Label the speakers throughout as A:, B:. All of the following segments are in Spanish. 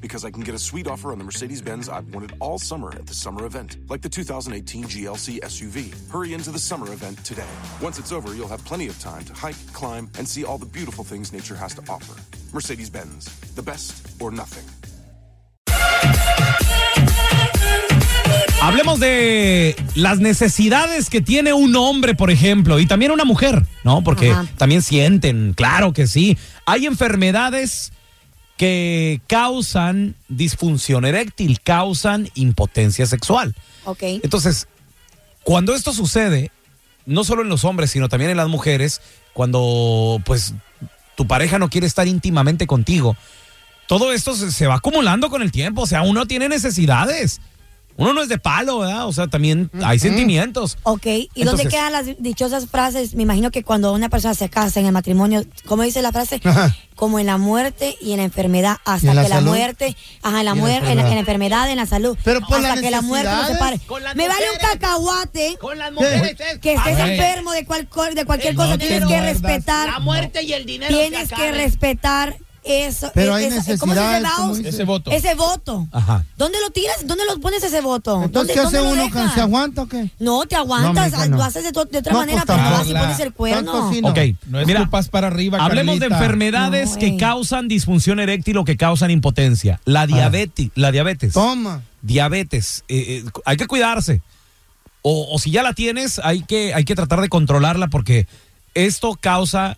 A: Because I can get a sweet offer on the Mercedes Benz I've wanted all summer at the summer event, like the 2018 GLC SUV. Hurry into the summer event today. Once it's over, you'll have plenty of time to hike, climb, and see all the beautiful things nature has to offer. Mercedes Benz, the best or nothing.
B: Hablemos de las necesidades que tiene un hombre, por ejemplo, y también una mujer, ¿no? Porque
C: Ajá.
B: también sienten, claro que sí. Hay enfermedades que causan disfunción eréctil, causan impotencia sexual.
C: Ok.
B: Entonces, cuando esto sucede, no solo en los hombres, sino también en las mujeres, cuando pues tu pareja no quiere estar íntimamente contigo, todo esto se, se va acumulando con el tiempo. O sea, uno tiene necesidades. Uno no es de palo, ¿verdad? O sea, también hay sentimientos.
C: Ok, ¿y dónde
B: Entonces-
C: quedan las dichosas frases? Me imagino que cuando una persona se casa en el matrimonio, ¿cómo dice la frase?
D: Ajá.
C: Como en la muerte y en la enfermedad, hasta
D: ¿Y en la
C: que la
D: salud?
C: muerte, ajá, en la
D: Y en la
C: muerte, en la,
D: enfermedad.
C: en la enfermedad, en la salud,
D: Pero por
C: hasta
D: las
C: que la muerte nos separe.
D: necesidades,
C: Me vale un cacahuate
E: Con las
D: mujeres
C: que estés
B: Ay.
C: enfermo de, cual- de cualquier
E: El
C: cosa, tienes
D: dinero,
C: que
D: ¿verdad?
C: respetar,
E: muerte y el dinero.
C: tienes que respetar eso.
D: Pero hay
C: es- esa- ¿cómo se dice,
D: necesidades, como
C: Baos?
D: dice.
B: Ese voto.
C: Ese voto.
B: Ajá.
C: ¿Dónde lo tiras? ¿Dónde lo pones ese voto? ¿Dónde-
D: Entonces, ¿qué hace
C: dónde lo
D: uno?
C: dejas?
D: ¿Se aguanta o qué?
C: No, te aguantas,
D: No, mija, no.
C: lo haces de, to- de otra
D: No,
C: manera,
D: pues,
C: pero
D: tampoco.
C: vas y pones el cuerno.
D: Tanto sí, no.
B: Ok,
F: No es
B: mira,
F: culpas para arriba,
B: Hablemos de
F: Carlita.
B: enfermedades
C: No,
B: que
C: güey.
B: causan disfunción eréctil o que causan impotencia. La diabetes, la diabetes.
D: Toma.
B: diabetes. eh, eh, hay que cuidarse. O, o si ya la tienes, hay que, hay que tratar de controlarla porque esto causa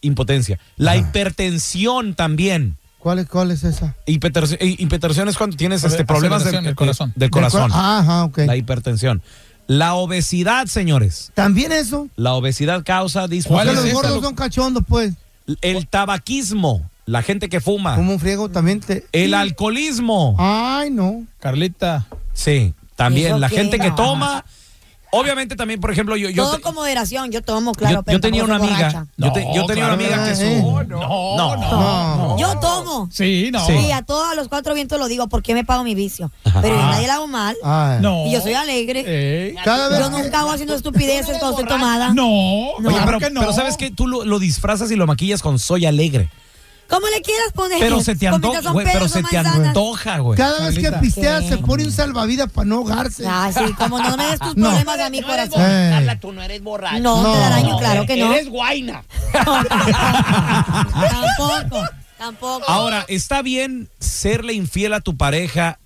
B: impotencia. La
D: Ajá.
B: hipertensión también.
D: ¿Cuál es, cuál es esa?
B: Hipertensión, eh, hipertensión es cuando tienes este,
F: Aceleración
B: problemas del,
F: del corazón.
B: del corazón.
D: Ah, Ajá, ok.
B: La hipertensión. La obesidad, señores.
D: También eso.
B: La obesidad causa
F: ¿Cuál
D: Porque
F: es
D: los
B: disfunción.
F: esa,
D: gordos
F: loco?
D: son cachondos, pues.
B: El tabaquismo. La gente que fuma.
D: Como un friego también te...
B: Ah. El alcoholismo.
F: Ah.
D: Ay, no.
F: Carlita.
B: Sí, también.
C: ¿Eso
B: La
C: qué?
B: gente que
C: Ajá.
B: toma. Obviamente también, por ejemplo, yo... yo
C: Todo
B: te-
C: con moderación, yo tomo,
B: Yo-
C: claro,
B: yo,
C: pero
B: tenía una
C: tampoco soy
B: amiga.
C: borracha.
B: Yo, te- yo
F: No,
B: tenía una
D: claro,
B: amiga que
D: eh.
B: su.
D: No,
B: no,
D: no.
C: Yo tomo.
F: Sí, no.
B: Sí.
C: Y a todos los cuatro vientos lo digo, porque me pago mi vicio.
B: Ajá.
C: Pero yo
B: Ah.
C: nadie la hago mal.
D: Ay.
F: No.
C: Y yo soy
E: Eh,
C: alegre.
F: Ey.
D: Cada vez
C: yo
D: que-
C: nunca hago haciendo estupideces cuando estoy tomada.
F: No.
C: No.
B: Oye,
F: claro
B: pero,
F: que no.
B: pero sabes que tú lo, lo disfrazas y lo maquillas con soy alegre.
C: Como le quieras poner.
B: Pero se te
C: Comitas
B: antoja,
C: son
B: güey. Pero
C: peras,
B: se
C: son
B: te
C: manzanas.
B: antoja, güey.
D: Cada vez que
F: Carlita.
D: pistea
C: ¿Qué?
D: se pone un salvavidas para no ahogarse.
C: Ah, sí, como no me des tus
D: No.
C: problemas a mi corazón.
D: Eh.
E: Carla, tú no eres borracha.
C: No,
D: No.
C: te da daño, claro que no.
E: Eres guaina.
C: tampoco, tampoco.
B: Ahora, ¿está bien serle infiel a tu pareja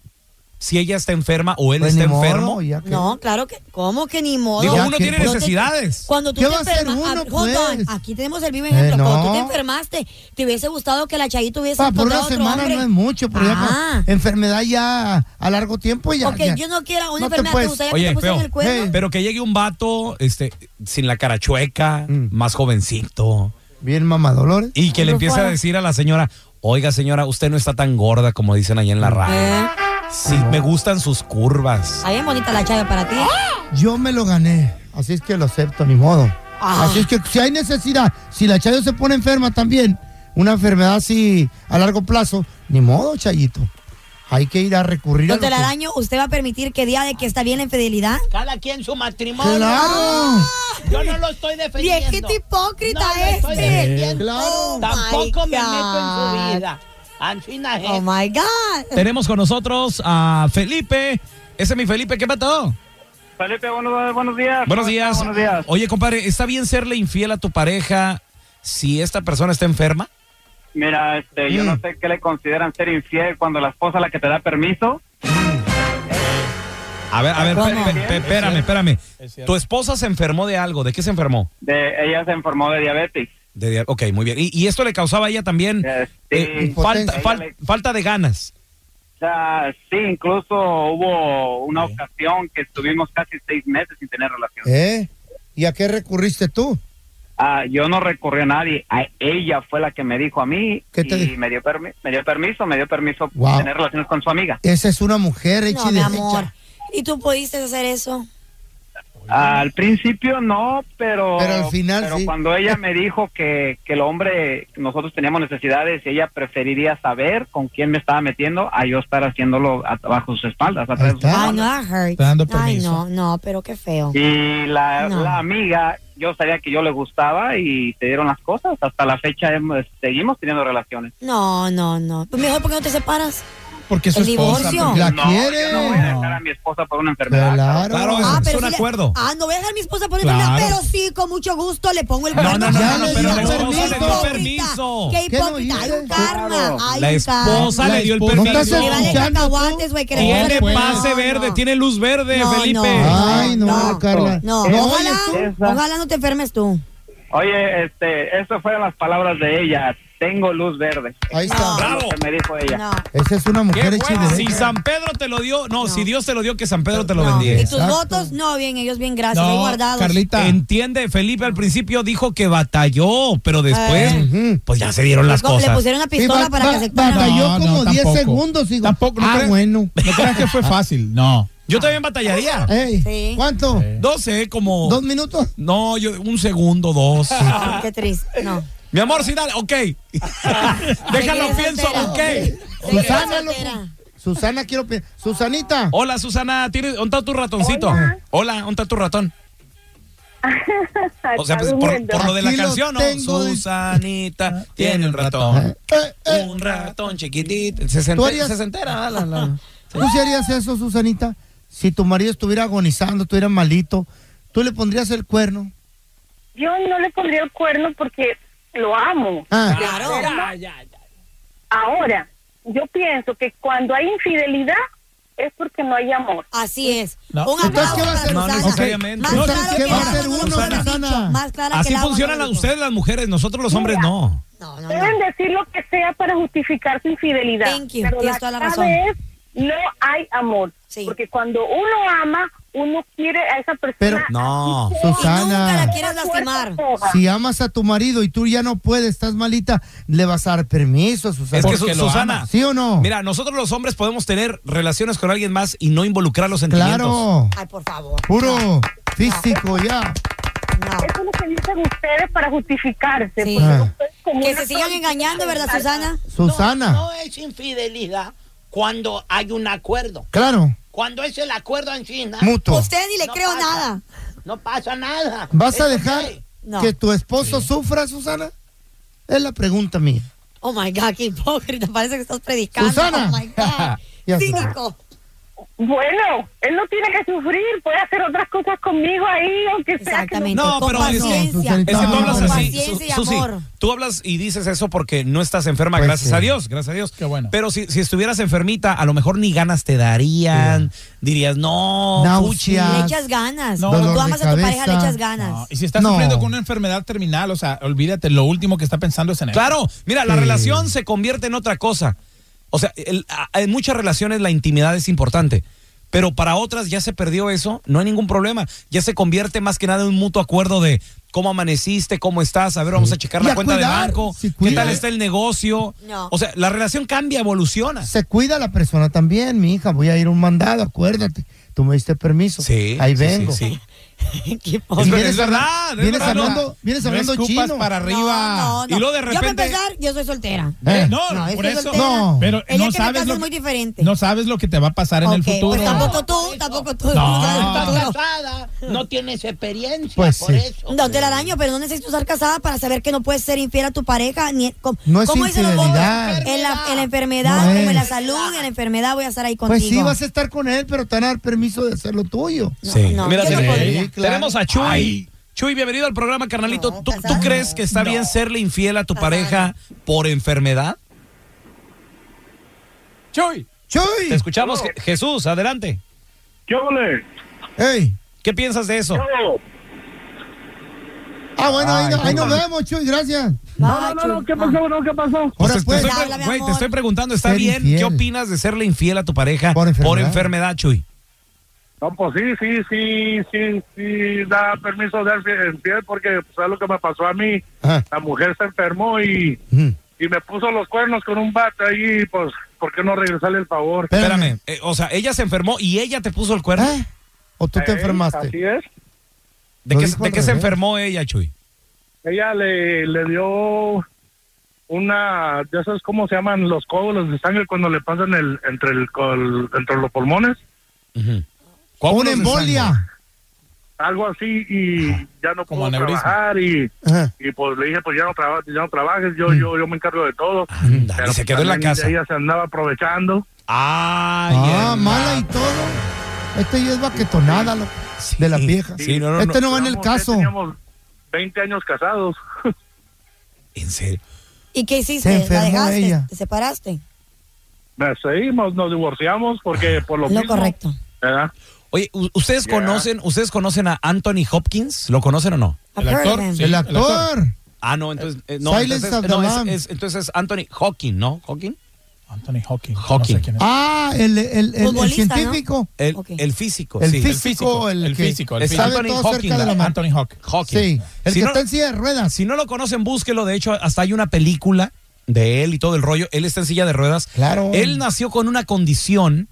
B: si ella está enferma o él
D: Pues
B: está
D: ni modo,
B: enfermo?
D: ya que-
C: No, claro que. ¿Cómo que ni modo?
B: Digo,
D: Ya
B: uno
D: que-
B: tiene
D: No te-
B: necesidades.
C: Cuando tú
D: ¿Qué
C: te
D: va a hacer
C: enfermas-
D: uno,
C: a- hold on,
D: pues?
C: aquí tenemos el vivo ejemplo.
D: Eh, no.
C: Cuando tú te enfermaste, te hubiese gustado que la Chayito hubiese
D: Pa, por
C: encontrado
D: una
C: otro
D: semana
C: hombre.
D: no es mucho, pero
C: Ah.
D: ya con enfermedad ya a largo tiempo ya.
C: Ok,
D: ya.
C: yo no quiero una
D: No te
C: enfermedad, te,
D: puedes-
C: gustaría
B: Oye,
C: que te pusieran
B: feo.
C: el cuerno.
D: Hey.
B: Pero que llegue un vato este, sin la cara chueca,
D: Mm.
B: más jovencito,
D: Bien, mamá Dolores.
B: y que le
C: No
B: empiece a
C: fuera.
B: decir a la señora: Oiga, señora, usted no está tan gorda como dicen allá en la radio.
C: Eh,
B: Sí, me gustan sus curvas.
C: Está bien bonita la Chayo para ti.
D: Yo me lo gané, así es que lo acepto, ni modo.
C: Ah.
D: Así es que si hay necesidad, si la Chayo se pone enferma también, una enfermedad así a largo plazo, ni modo, Chayito. Hay que ir a recurrir a
C: Don
D: lo que-
C: Telaraño, ¿usted va a permitir que día de que está bien la infidelidad?
E: Cada quien su matrimonio.
C: ¡Ah!
D: ¡Claro!
E: Yo no lo estoy defendiendo.
C: Viejito hipócrita
E: No lo estoy
C: este.
E: defendiendo.
D: Claro.
C: Oh
E: Tampoco
C: my
E: me meto en
C: God.
E: su vida. Anfina
C: Oh my God.
B: Tenemos con nosotros a Felipe. Ese es mi Felipe, ¿qué mató?
F: Felipe, buenos, buenos días.
B: Buenos
F: ¿Cómo
B: días.
F: está? Buenos días.
B: Oye, compadre, ¿está bien serle infiel a tu pareja si esta persona está enferma?
F: Mira, este, yo
D: Mm.
F: no sé qué le consideran ser infiel cuando la esposa es la que te da permiso.
B: A ver, a ver,
C: ¿Cómo?
B: pe- pe- pe- espérame, espérame. Tu esposa se enfermó de algo. ¿De qué se enfermó?
F: De, ella se enfermó de diabetes.
B: De dia- ok, muy bien. ¿Y, y esto le causaba a ella también
F: Eh,
B: eh,
F: sí.
B: falta,
F: Impotencia.
B: fal- falta de ganas?
F: O sea, sí, incluso hubo una ocasión que estuvimos casi seis meses sin tener relación.
D: ¿Eh? ¿Y a qué recurriste tú?
F: Ah, yo no recurrí a nadie. A ella fue la que me dijo a mí
D: ¿Qué te
F: y
D: dijo?
F: me dio, permi- me dio permiso, me dio permiso
D: Wow.
F: tener relaciones con su amiga.
D: Esa es una mujer hecha
C: No,
D: y
C: mi
D: derecha.
C: amor. ¿Y tú pudiste hacer eso?
F: Al principio no, pero,
D: Pero al final
F: pero
D: sí.
F: cuando ella me dijo que, que el hombre, nosotros teníamos necesidades y ella preferiría saber con quién me estaba metiendo a yo estar haciéndolo a- bajo sus espaldas. atrás de sus
D: está.
C: Ay, no,
F: espaldas.
C: that hurts.
D: Te Ah, dando
C: Ay,
D: permiso.
C: no, Ah, no, pero qué feo.
F: Y la,
C: No.
F: la amiga, yo sabía que yo le gustaba y se dieron las cosas. Hasta la fecha hemos- seguimos teniendo relaciones.
C: No, no, no. Pues mejor, ¿por qué no te separas?
D: Porque
C: su El esposa, divorcio.
D: La
F: no,
D: quiere.
F: yo no voy a dejar a mi esposa por una enfermedad.
D: Claro.
B: Claro, es- un
C: sí le-
B: acuerdo.
C: ah, no voy a dejar a mi esposa por
B: Claro.
C: enfermedad, pero sí, con mucho gusto le pongo el cuerno.
B: no,
D: no,
C: Ya
D: no,
C: le
D: pero
C: dio
D: la esposa
C: permiso.
D: le dio
B: permiso.
C: Qué
D: ¿Qué no
C: hipócrita, hay un
D: hice?
C: karma.
F: Claro.
C: Hay
B: La
C: un karma.
B: esposa le dio el
D: La
B: permiso.
D: esposa- ¿No estás
C: Le vale
D: escuchando
C: cacahuates,
D: tú?
C: güey, que le
D: Tiene
C: pongan
B: Tiene
C: el cuerno.
B: pase
C: No,
B: verde,
C: no.
B: tiene luz verde,
C: No,
B: Felipe.
C: no.
F: Ah,
D: Ay, no,
C: No,
D: Carla.
C: No,
D: No,
C: ojalá,
F: oye, tú.
C: ojalá no te enfermes tú.
F: Oye, este, estas fueron las palabras de ella. Tengo luz verde.
D: Ahí está.
F: Fue lo
B: Bravo.
F: que me dijo ella.
C: No.
D: Esa es una
B: Qué
D: mujer hecha y
B: bueno. Si
D: derecha.
B: San Pedro te lo dio, no,
C: ¿eh? No.
B: si Dios te lo dio, que San Pedro te lo
C: no.
B: bendiga.
C: Y tus
D: Exacto.
C: votos, no, bien, ellos bien, gracias, bien guardados.
B: Entiende, Felipe al principio dijo que batalló, pero después,
D: Ujú.
B: pues ya se dieron las
C: Eh. Le co- Le
B: cosas.
C: pusieron una
D: Sí,
C: pistola
D: ba-
C: para
D: ba-
C: que se
D: batalló
C: No,
D: como 10 segundos. Digo,
G: Tampoco, no
D: ah,
G: creas-
D: bueno.
G: No creas que fue fácil, no.
B: Yo también batallaría.
D: Ey,
C: Sí.
D: ¿Cuánto?
B: 12, como.
D: ¿Dos minutos?
B: No, yo, un segundo, dos.
C: Ah, Qué triste, no.
B: Mi amor, sí, dale, ok. Déjalo,
C: Regresa
B: pienso,
C: entera.
B: ok.
C: Seguí
D: Susana,
C: soltera.
D: loco. Susana, quiero. pe- Susanita.
B: Hola, Susana, ¿tienes, ¿dónde está tu ratoncito? Hola, ¿dónde está tu ratón? O sea, pues, por, por lo de la
D: Aquí lo
B: canción, ¿no?
D: tengo. Ah,
B: Susanita tiene un ratón.
D: Eh, eh,
B: Un ratón chiquitito. Se,
D: ¿Tú
B: sente-
D: harías-
B: se entera. la- la-
D: ¿Tú sí harías eso, Susanita? Si tu marido estuviera agonizando, estuviera malito, ¿tú le pondrías el cuerno?
H: Yo no le pondría el cuerno porque lo amo.
D: Ah,
E: Ya, ya, ya.
H: Ahora, yo pienso que cuando hay infidelidad es porque no hay amor.
C: Así es.
B: No.
C: Un aplauso
D: Entonces, ¿qué va a
C: para
D: hacer?
B: No
C: Susana.
B: necesariamente.
C: Más
B: No,
C: claro
D: ¿sabes
C: que
D: qué va a
C: el
D: hacer
C: agua, no
D: uno,
C: lo hubieran
D: Susana?
C: dicho. Más clara que
B: Así
C: el agua,
B: funcionan
C: no
B: a
C: lo dijo.
B: ustedes las mujeres, nosotros los hombres no.
C: No, no,
H: Deben
C: no.
H: decir lo que sea para justificar su infidelidad.
C: Thank you.
H: Pero
C: Tienes
H: la
C: toda la
H: clave es no hay amor.
C: Sí.
H: Porque cuando uno ama, uno quiere a esa persona.
D: Pero-
B: No.
H: así sea
C: Y nunca la
D: Susana,
C: quieres
H: una
C: lastimar.
H: puerta coja.
D: si amas a tu marido y tú ya no puedes, estás malita, le vas a dar permiso, Susana.
B: Es que
D: Porque
B: Su-
D: lo
B: Susana,
D: amas. ¿Sí o no?
B: Mira, nosotros los hombres podemos tener relaciones con alguien más y no involucrar los sentimientos.
D: claro.
C: Ay, por favor.
D: Puro físico, ya.
C: No.
H: Eso es lo que dicen ustedes para justificarse.
C: Sí.
H: porque
D: Ah.
H: ustedes como
C: Que
H: una
C: se sigan
H: tonta
C: engañando, ¿verdad,
H: se
C: Susana?
D: Susana.
E: No, no es infidelidad cuando hay un acuerdo.
D: Claro,
E: Cuando es el acuerdo en China,
D: mutuo.
C: Usted ni le
E: No
C: creo
E: pasa.
C: nada.
E: no pasa nada.
D: ¿Vas a
E: Es
D: dejar
E: ok.
C: No.
D: que tu esposo sufra, Susana? Es la pregunta mía.
C: Oh my God, qué hipócrita. Parece que estás predicando.
D: Susana.
C: Oh my God.
D: Ya,
C: Cínico.
H: Bueno, él no tiene que sufrir, puede hacer otras cosas conmigo ahí, aunque sea que
C: Exactamente.
B: No,
C: con
B: pero es que-
C: paciencia.
D: Es
B: Es que tú
D: No,
B: hablas
C: Con
B: así, Su-
C: Paciencia y
B: Susi,
C: amor.
B: tú hablas y dices eso porque no estás enferma,
D: Pues
B: gracias
D: sí.
B: a Dios, gracias a Dios.
G: Qué bueno.
B: Pero si, si estuvieras enfermita, a lo mejor ni ganas te darían, dirías, no,
D: Náuseas.
B: fuchi.
C: Le echas ganas.
G: No.
C: Cuando tú
D: Dolor
C: amas
D: de
C: a tu
D: cabeza.
C: pareja, le echas
G: No,
C: ganas.
G: Y si estás
D: No.
G: sufriendo con una enfermedad terminal, o sea, olvídate, lo último que está pensando es en él.
B: Claro, mira, la
D: Sí.
B: relación se convierte en otra cosa. O sea, el- a- en muchas relaciones la intimidad es importante, pero para otras ya se perdió eso, no hay ningún problema. Ya se convierte más que nada en un mutuo acuerdo de cómo amaneciste, cómo estás, a ver, vamos a checar
D: Y
B: la
D: a
B: cuenta
D: cuidar,
B: de banco,
D: sí,
B: qué
D: cuida.
B: tal está el negocio.
C: No.
B: O sea, la relación cambia, evoluciona.
D: Se cuida la persona también, mi hija. Voy a ir a un mandado, acuérdate. Tú me diste permiso.
B: Sí,
D: Ahí
B: sí,
D: vengo.
B: sí, sí. Es, ver-
D: Vienes
B: es verdad.
D: hablando-
B: es
D: vienes
B: verdad.
D: hablando-
B: No
D: vienes hablando
B: escupas
D: chino.
B: para arriba.
C: No, no.
B: Y luego de
C: Yo para
B: repente.
C: empezar, yo soy soltera.
G: Eh, no,
C: no, yo
G: por
C: soy
G: eso.
C: soltera.
G: No, pero
C: El día
G: no
C: que me
G: sabes
C: caso
G: lo
C: es muy diferente.
G: No sabes lo que te va a pasar en el
C: Ok,
G: futuro.
C: Pues tampoco tú, tampoco tú.
G: No.
C: sabes el
E: Estás
D: Ah.
C: futuro.
E: casada, no tienes experiencia,
G: Pues
E: por
G: sí.
E: eso.
C: No te la daño, pero no necesitas estar casada para saber que no puedes ser infiel a tu pareja. Ni, com-
D: No es
C: ¿cómo dicen los
D: infidelidad.
C: hombres? En la, en la enfermedad,
D: No
C: como en la
D: es.
C: salud, en la enfermedad voy a estar ahí contigo.
D: Pues sí, vas a estar con él, pero te van a dar permiso de hacer lo tuyo.
B: Sí.
C: no,
B: Mira,
C: yo no
B: tenemos,
C: podría.
D: Sí, claro.
B: tenemos a Chuy.
G: Ay.
B: Chuy, bienvenido al programa, carnalito.
C: No,
B: ¿Tú,
C: casado,
B: tú crees
C: no.
B: que está bien serle infiel a tu pareja por enfermedad? Chuy. Te
D: ¡Chuy!
B: escuchamos. Je- Jesús, adelante.
D: ¡Ey!
B: ¿Qué piensas de eso?
D: Ah, bueno, ahí,
G: Ay,
D: no- ahí
G: qué
D: nos
G: mal.
D: vemos, Chuy, gracias.
C: Bye, Chuy.
F: No, ¿qué pasó?
B: Pues
D: Ahora
B: te-
D: pues,
B: te, estoy,
C: Habla, mi
B: güey,
C: amor.
B: te estoy preguntando, ¿está
D: Ser
B: bien?
D: infiel.
B: ¿Qué opinas de serle infiel a tu pareja
D: Por enfermedad.
B: por enfermedad Chuy?
F: No, pues sí, sí, sí, sí, sí, da permiso de ser infiel porque pues, es lo que me pasó a mí.
D: Ah.
F: La mujer se enfermó y,
D: Ujú.
F: y me puso los cuernos con un bate ahí, pues, ¿por qué no regresarle el favor?
B: Espérame. Eh, o sea, ella se enfermó y ella te puso el cuerno.
D: ¿Eh? ¿O tú te
F: Eh,
D: enfermaste?
F: Así es.
B: ¿De
D: lo
B: qué,
D: dijo
B: de
D: al
B: qué se
D: revés.
B: enfermó ella, Chuy?
F: Ella le, le dio una, ya sabes cómo se llaman los coágulos de sangre cuando le pasan el, entre, el, col- entre los pulmones,
D: Una
B: Coágulos de sangre.
D: embolia.
F: algo así, y ya no
G: Como
F: pudo
G: aneurisma.
F: trabajar y...
D: Ajá.
F: y pues le dije pues ya no traba- ya no trabajes yo yo yo me encargo de todo pues
B: Ándale, se quedó en la
F: también
B: casa.
F: ella se andaba aprovechando
B: Ay,
D: Ah,
B: hermano.
D: mala y todo. Este ya es baquetonada lo- de las viejas.
B: Sí, no, no,
D: este
B: no.
D: no, va en el
F: Teníamos- ya
D: caso.
F: teníamos 20 años casados
B: En serio.
C: ¿Y qué hiciste?
D: Se enfermó
C: ¿La dejaste?
D: ella.
C: ¿Te separaste?
F: nos seguimos nos divorciamos porque por lo,
C: Lo
F: mismo,
C: correcto.
F: ¿verdad?
B: Oye, u- ¿ustedes
F: Ya.
B: conocen, ustedes conocen a Anthony Hopkins? ¿Lo conocen o no?
C: I've heard of them.
G: sí,
D: El actor.
B: Ah, no, entonces eh, no,
D: Silence
B: entonces,
D: of the
B: no, es-
D: Lambs.
B: es- entonces es Anthony Hawking, ¿no? Hawking.
G: Anthony Hawking.
B: Hawking.
G: No sé quién es.
D: Ah, el, el, el- el
C: Futbolista, ¿no?
D: científico.
B: El,
C: Ok.
B: el físico,
D: El
B: sí,
D: físico, el,
G: el
D: que
G: físico,
D: sabe
G: el
B: físico.
D: todo
B: Anthony
D: acerca
B: Hawking,
D: de la mano.
G: Anthony Hawk.
B: Hawking.
D: Sí, el
B: Si
D: que
B: no-
D: está en silla de ruedas.
B: Si no lo conocen, búsquelo. De hecho, hasta hay una película de él y todo el rollo. Él está en silla de ruedas.
D: Claro.
B: Él nació con una condición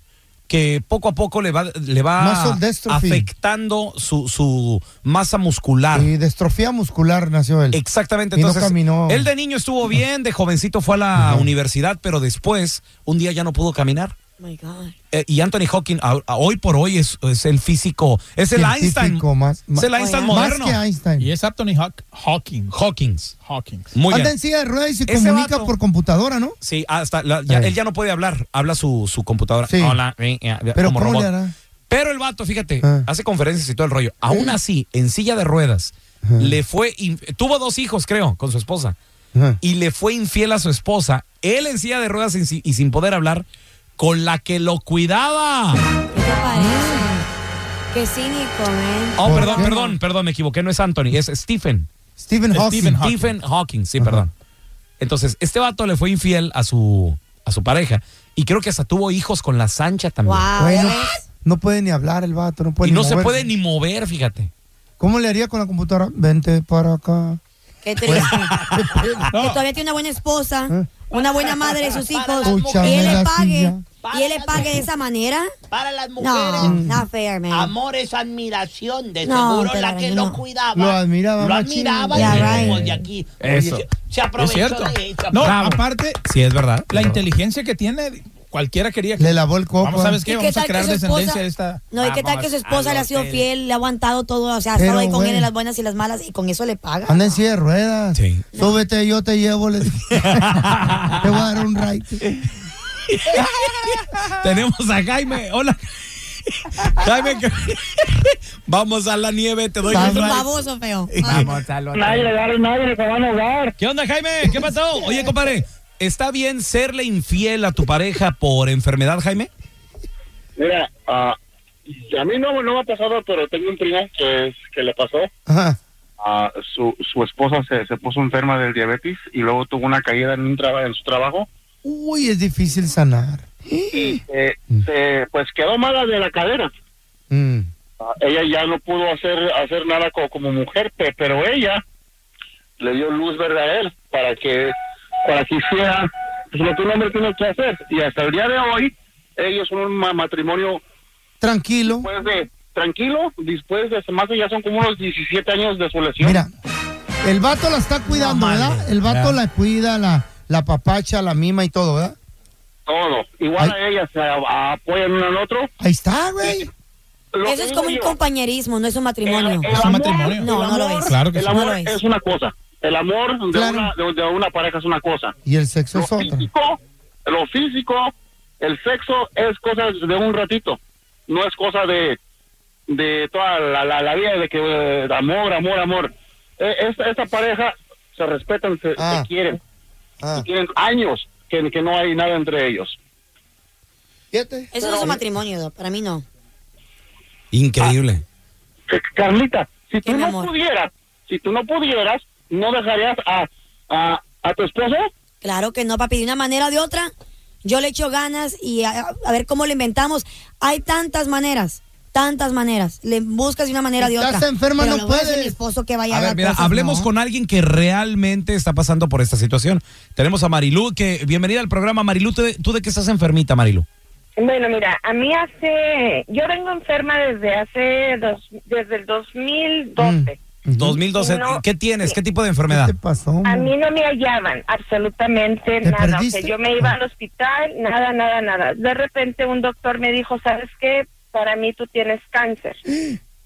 B: que poco a poco le va, le va
D: Muscle dystrophy.
B: afectando su, su masa muscular.
D: Y de estrofía muscular nació él.
B: Exactamente,
D: Y no
B: entonces
D: caminó.
B: él de niño estuvo bien, de jovencito fue a la universidad, pero después un día ya no pudo caminar.
C: Oh my God.
B: Eh, y Anthony Hawking a- a hoy por hoy es, es el físico, es el Einstein,
D: Científico más-
B: es el
D: más-
B: Einstein
C: Oiga.
D: Más
B: moderno.
D: que Einstein.
G: Y es Anthony Hawk, Hawking.
B: Hawkins,
G: Hawking.
B: muy
D: Anda
B: bien.
D: en silla de ruedas y se
B: Ese
D: comunica
B: vato-
D: por computadora, ¿no?
B: Sí, hasta la- ya-
D: Eh.
B: él ya no puede hablar, habla su, su computadora.
D: Sí.
B: Hola, eh, eh,
D: Pero
B: como
D: ¿cómo
B: robot.
D: le hará?
B: Pero el vato, fíjate,
D: Ah. Eh.
B: hace conferencias y todo el rollo. Aún así, en silla de ruedas, le fue. in- Tuvo dos hijos, creo, con su esposa.
D: Ajá.
B: Y le fue infiel a su esposa. Él en silla de ruedas sin- y sin poder hablar, con la que lo cuidaba.
C: ¿Qué te parece? Qué cínico, ¿eh?
B: Oh,
D: ¿Por
B: perdón,
D: qué?
B: perdón, perdón, me equivoqué. No es Anthony, es Stephen.
D: Stephen Hawking.
G: Stephen Hawking.
B: Stephen Hawking, sí,
D: Ajá.
B: perdón. Entonces, este vato le fue infiel a su, a su pareja. Y creo que hasta tuvo hijos con la Sancha también.
C: Wow, eh.
D: Bueno,
C: ¿ya ves?
D: no puede ni hablar el vato, no puede
B: y
D: ni
B: no se
D: moverse.
B: puede ni mover, fíjate.
D: ¿Cómo le haría con la computadora? Vente para acá.
C: Qué triste. Que
G: No,
C: todavía tiene una buena esposa,
D: ¿Eh?
C: una buena madre de sus hijos.
D: Escúchame
C: Y él le
D: la
C: pague.
E: silla.
C: Y él le pague de esa manera.
E: Para las mujeres,
C: No,
G: Mm.
C: not fair, man.
E: amor es admiración. De
C: No,
E: seguro
C: te la
E: la que
C: daño,
E: lo
C: no.
E: cuidaba.
D: Lo admiraba,
E: Lo
D: machín.
E: admiraba
C: Yeah,
E: y
C: right.
E: pues, de aquí.
B: Eso.
E: Se, se
G: es
E: aprovechó
G: cierto.
E: de ella.
G: No,
B: Bravo.
G: aparte,
B: Sí, es verdad.
G: la
B: Es verdad.
G: inteligencia que tiene, cualquiera quería que.
D: Le lavó el coco.
G: Vamos, ¿sabes
C: ¿Y
G: qué? Vamos a
C: tal que
G: crear
C: su
G: descendencia de esta.
C: No, ¿y qué tal
B: Vamos
C: que su esposa
B: al
C: le ha sido
B: hotel.
C: fiel, le ha aguantado todo? O sea, ha
D: Pero,
C: estado ahí con él
D: güey.
C: en las buenas y las malas y con eso le paga.
G: Ah,
D: Anda en silla de ruedas.
B: Sí.
D: Súbete, yo te llevo. le dije. te voy a dar un ride.
B: Tenemos a Jaime. Hola. Jaime, que- vamos a la nieve, te doy
C: Es
B: un
C: un
B: ride.
C: baboso feo.
F: nadie le da nadie le van a hogar
B: ¿Qué onda, Jaime? ¿Qué pasó? Oye, compadre, ¿está bien serle infiel a tu pareja por enfermedad, Jaime?
I: Mira, ah, a mí no, no me ha pasado, pero tengo un primo que, es- que le pasó.
D: Ajá.
I: Ah, su, su esposa se, se puso enferma del diabetes y luego tuvo una caída en, un traba- en su trabajo.
D: Uy, es difícil sanar.
I: Eh, se, pues quedó mala de la cadera.
D: Mm.
I: Ah, ella ya no pudo hacer, hacer nada co- como mujer, pe- pero ella le dio luz verde a él para que, para que hiciera pues, lo que un hombre tiene que hacer. Y hasta el día de hoy, ellos son un ma- matrimonio
D: Tranquilo.
I: después de, tranquilo, después de más que ya son como unos 17 años de su lesión.
D: Mira, el vato la está cuidando, ¿verdad? El vato la cuida, la, la papacha, la mima y todo, ¿verdad?
I: Todo. Igual a ellas se a- apoyan uno al otro.
D: Ahí está, güey.
I: Lo
C: Eso es como un
I: único-
C: compañerismo, no es un matrimonio.
H: eh,
I: El- el amor-
C: No,
I: el
C: no lo
I: amor-
C: es.
I: Claro que el
C: No
I: amor
C: lo es.
I: es una cosa. El amor de,
D: Claro.
I: una, de, de una pareja es una cosa.
D: Y el sexo es otra.
I: Físico, lo físico, el sexo es cosa de un ratito. No es cosa de, de toda la, la, la vida de que eh, amor, amor, amor. Eh, esta, esta pareja se respetan, se, se quieren. Y
D: Ah.
I: tienen años que, que no hay nada entre ellos.
C: Eso no es un matrimonio, para mí no.
B: Increíble.
I: Carlita, si tú
C: mi
I: no
C: amor.
I: pudieras, si tú no pudieras, ¿no dejarías a, a, a tu esposo?
C: Claro que no, papi. De una manera o de otra, yo le echo ganas y a, a ver cómo le inventamos. Hay tantas maneras, tantas maneras. Le buscas de una manera o de
D: Si
C: otra.
D: estás enferma,
C: Pero
D: no
C: le voy a decir
D: puedes.
C: a mi esposo que vaya
B: A
C: a
B: ver,
C: dar
B: mira,
C: cosas,
B: hablemos
C: no.
B: con alguien que realmente está pasando por esta situación. Tenemos a Marilu, que bienvenida al programa. Marilu, ¿tú de, tú de qué estás enfermita, Marilu?
H: Bueno, mira, a mí hace, yo vengo enferma desde hace dos, desde el 2012.
B: 2012,
H: No.
B: ¿qué tienes? ¿Qué tipo de enfermedad?
G: Este,
B: ¿Qué
D: pasó?
H: A mí no me hallaban absolutamente
B: Mm. ¿Te
H: nada. O sea,
B: perdiste?
H: yo me iba al hospital, nada, nada, nada. De repente un doctor me dijo, ¿sabes qué? Para mí tú tienes cáncer.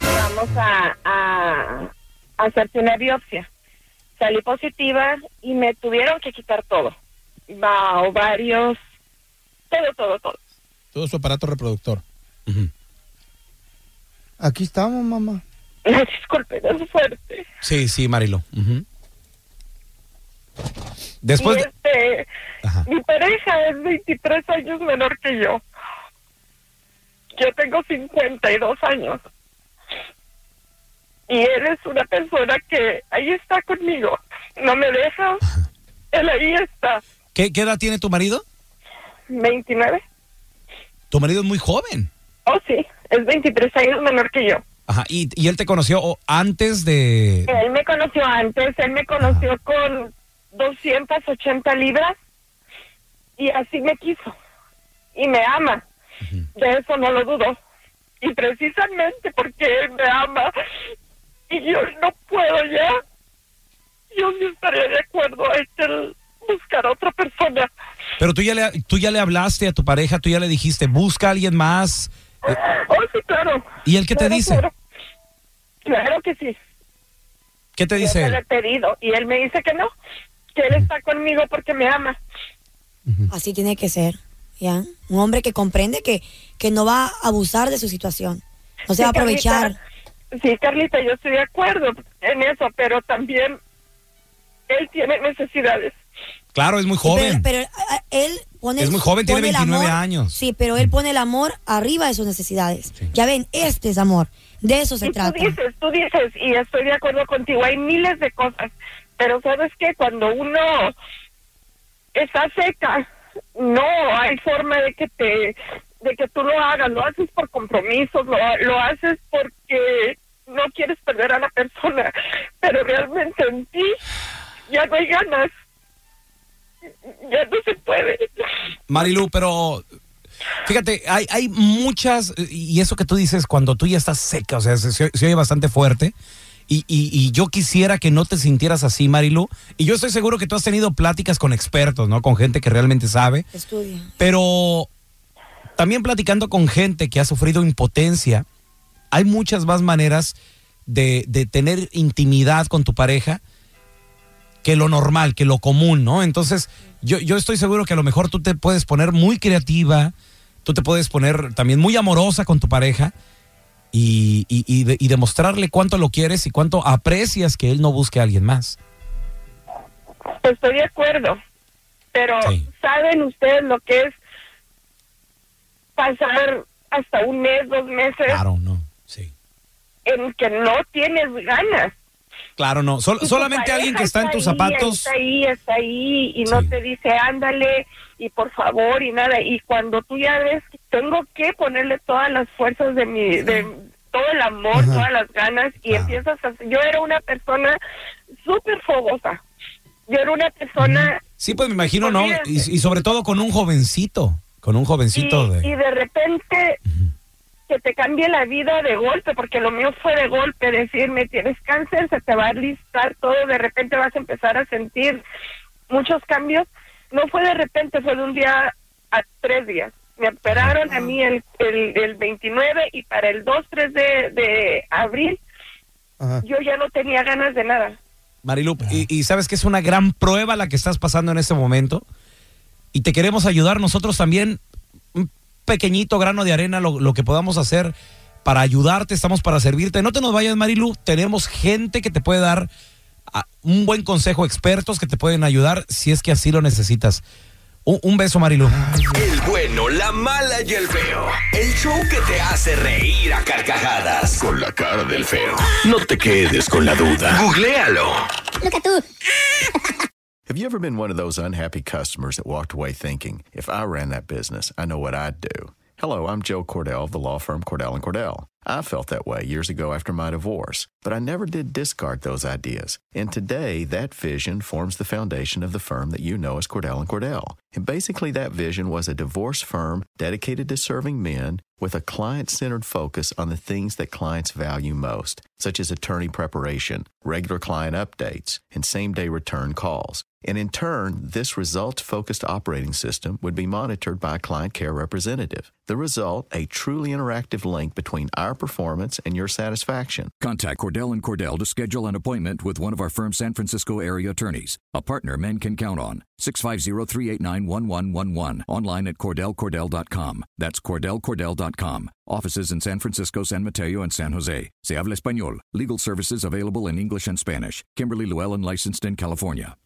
H: Vamos a, a- a hacerte una biopsia. Salí positiva y me tuvieron que quitar todo. Va, ovarios, todo, todo, todo.
G: Todo su aparato reproductor.
D: Aquí estamos, mamá.
H: Disculpe, no es fuerte.
B: Sí, sí, Marilu. Ujú. Después,
H: Y,
B: de-
H: este, mi pareja es 23 años menor que yo. Yo tengo 52 años. Y él es una persona que ahí está conmigo. No me deja. Él ahí está.
B: ¿qué, qué edad tiene tu marido?
H: 29.
B: Tu marido es muy joven.
H: Oh, sí. Es 23 años menor que yo.
B: Ajá, y, y él te conoció oh, antes de...
H: Él me conoció antes. Él me conoció con 280 libras. Y así me quiso. Y me ama. De eso no lo dudo. Y precisamente porque él me ama y yo no puedo ya, yo sí estaría de acuerdo en el buscar a otra persona.
B: Pero tú ya, le, tú ya le hablaste a tu pareja, tú ya le dijiste, busca a alguien más. Eh,
H: Oh, sí, claro.
B: ¿Y él qué te
H: Claro,
B: dice?
H: Claro. Claro que sí.
B: ¿Qué te
H: Yo
B: dice
H: se
B: él?
H: lo he pedido y él me dice que no, que él está conmigo porque me ama.
C: Así tiene que ser, ¿ya? Un hombre que comprende que, que no va a abusar de su situación. No se va a
H: Sí, Carlita.
C: aprovechar.
H: Sí, Carlita, yo estoy de acuerdo en eso, pero también él tiene necesidades.
B: Claro, es muy joven.
C: Pero, pero, a- a- él pone.
B: Es muy joven, tiene
C: pone el
B: 29
C: amor-
B: años.
C: Sí, pero él pone el amor arriba de sus necesidades. Ya ven, este es amor. De eso se
H: Y
C: trata.
H: Tú dices, tú dices, y estoy de acuerdo contigo, hay miles de cosas, pero sabes que cuando uno está seca, no hay forma de que te, de que tú lo hagas, lo haces por compromisos, lo, ha- lo haces porque no quieres perder a la persona, pero realmente en ti ya no hay ganas, ya no se puede.
B: Marilu, pero fíjate, hay, hay muchas, y eso que tú dices cuando tú ya estás seca, o sea, se, se- se oye bastante fuerte. Y, y- y yo quisiera que no te sintieras así, Marilu. Y yo estoy seguro que tú has tenido pláticas con expertos, ¿no? Con gente que realmente sabe.
C: Estudia.
B: Pero también platicando con gente que ha sufrido impotencia, hay muchas más maneras de, de tener intimidad con tu pareja que lo normal, que lo común, ¿no? Entonces, yo, yo estoy seguro que a lo mejor tú te puedes poner muy creativa, tú te puedes poner también muy amorosa con tu pareja y, y- y de- y demostrarle cuánto lo quieres y cuánto aprecias que él no busque a alguien más.
H: Pues Estoy de acuerdo, pero ¿saben ustedes lo que es pasar hasta un mes, dos meses? En que no tienes ganas.
B: Claro, no. Sol-
H: Y tu
B: solamente
H: pareja
B: alguien que está en tus
H: ahí,
B: zapatos.
H: Está ahí, está ahí, y no te dice ándale, y por favor, y nada. Y cuando tú ya ves que tengo que ponerle todas las fuerzas de mi, de todo el amor,
J: Ajá.
H: todas las ganas, y empiezas a. Yo era una persona súper fogosa. Yo era una persona.
B: Sí, pues me imagino, ¿no?
H: Olvídate.
B: Y, y sobre todo con un jovencito, con un jovencito
H: y,
B: de...
H: y de repente que te cambie la vida de golpe, porque lo mío fue de golpe, decirme tienes cáncer, se te va a listar todo, de repente vas a empezar a sentir muchos cambios. No fue de repente, fue de un día a tres días. Me operaron a mí el, el, el 29 y para el 2-3 de, de abril
B: Ajá.
H: yo ya no tenía ganas de nada.
B: Marilup, y, y sabes que es una gran prueba la que estás pasando en este momento. Y te queremos ayudar nosotros también. Un pequeñito grano de arena, lo, lo que podamos hacer para ayudarte, estamos para servirte. No te nos vayas, Marilu. Tenemos gente que te puede dar ah, un buen consejo, expertos que te pueden ayudar si es que así lo necesitas. Un, un beso, Marilu.
J: El bueno, la mala y el feo. El show que te hace reír a carcajadas. Con la cara del feo. No te quedes con la duda. Googlealo.
K: Look at tú.
L: Have you ever been one of those unhappy customers that walked away thinking, if I ran that business, I know what I'd do? Hello, I'm Joe Cordell of the law firm Cordell and Cordell. I felt that way years ago after my divorce, but I never did discard those ideas. And today, that vision forms the foundation of the firm that you know as Cordell and Cordell. And basically, that vision was a divorce firm dedicated to serving men with a client centered focus on the things that clients value most, such as attorney preparation, regular client updates, and same day return calls. And in turn, this results focused operating system would be monitored by a client care representative. The result, a truly interactive link between our performance and your satisfaction.
M: Contact Cordell and Cordell to schedule an appointment with one of our firm's San Francisco area attorneys, a partner men can count on. 650-389-1111. Online at cordellcordell.com. That's cordellcordell.com. Offices in San Francisco, San Mateo, and San Jose. Se habla español. Legal services available in English and Spanish. Kimberly Llewellyn licensed in California.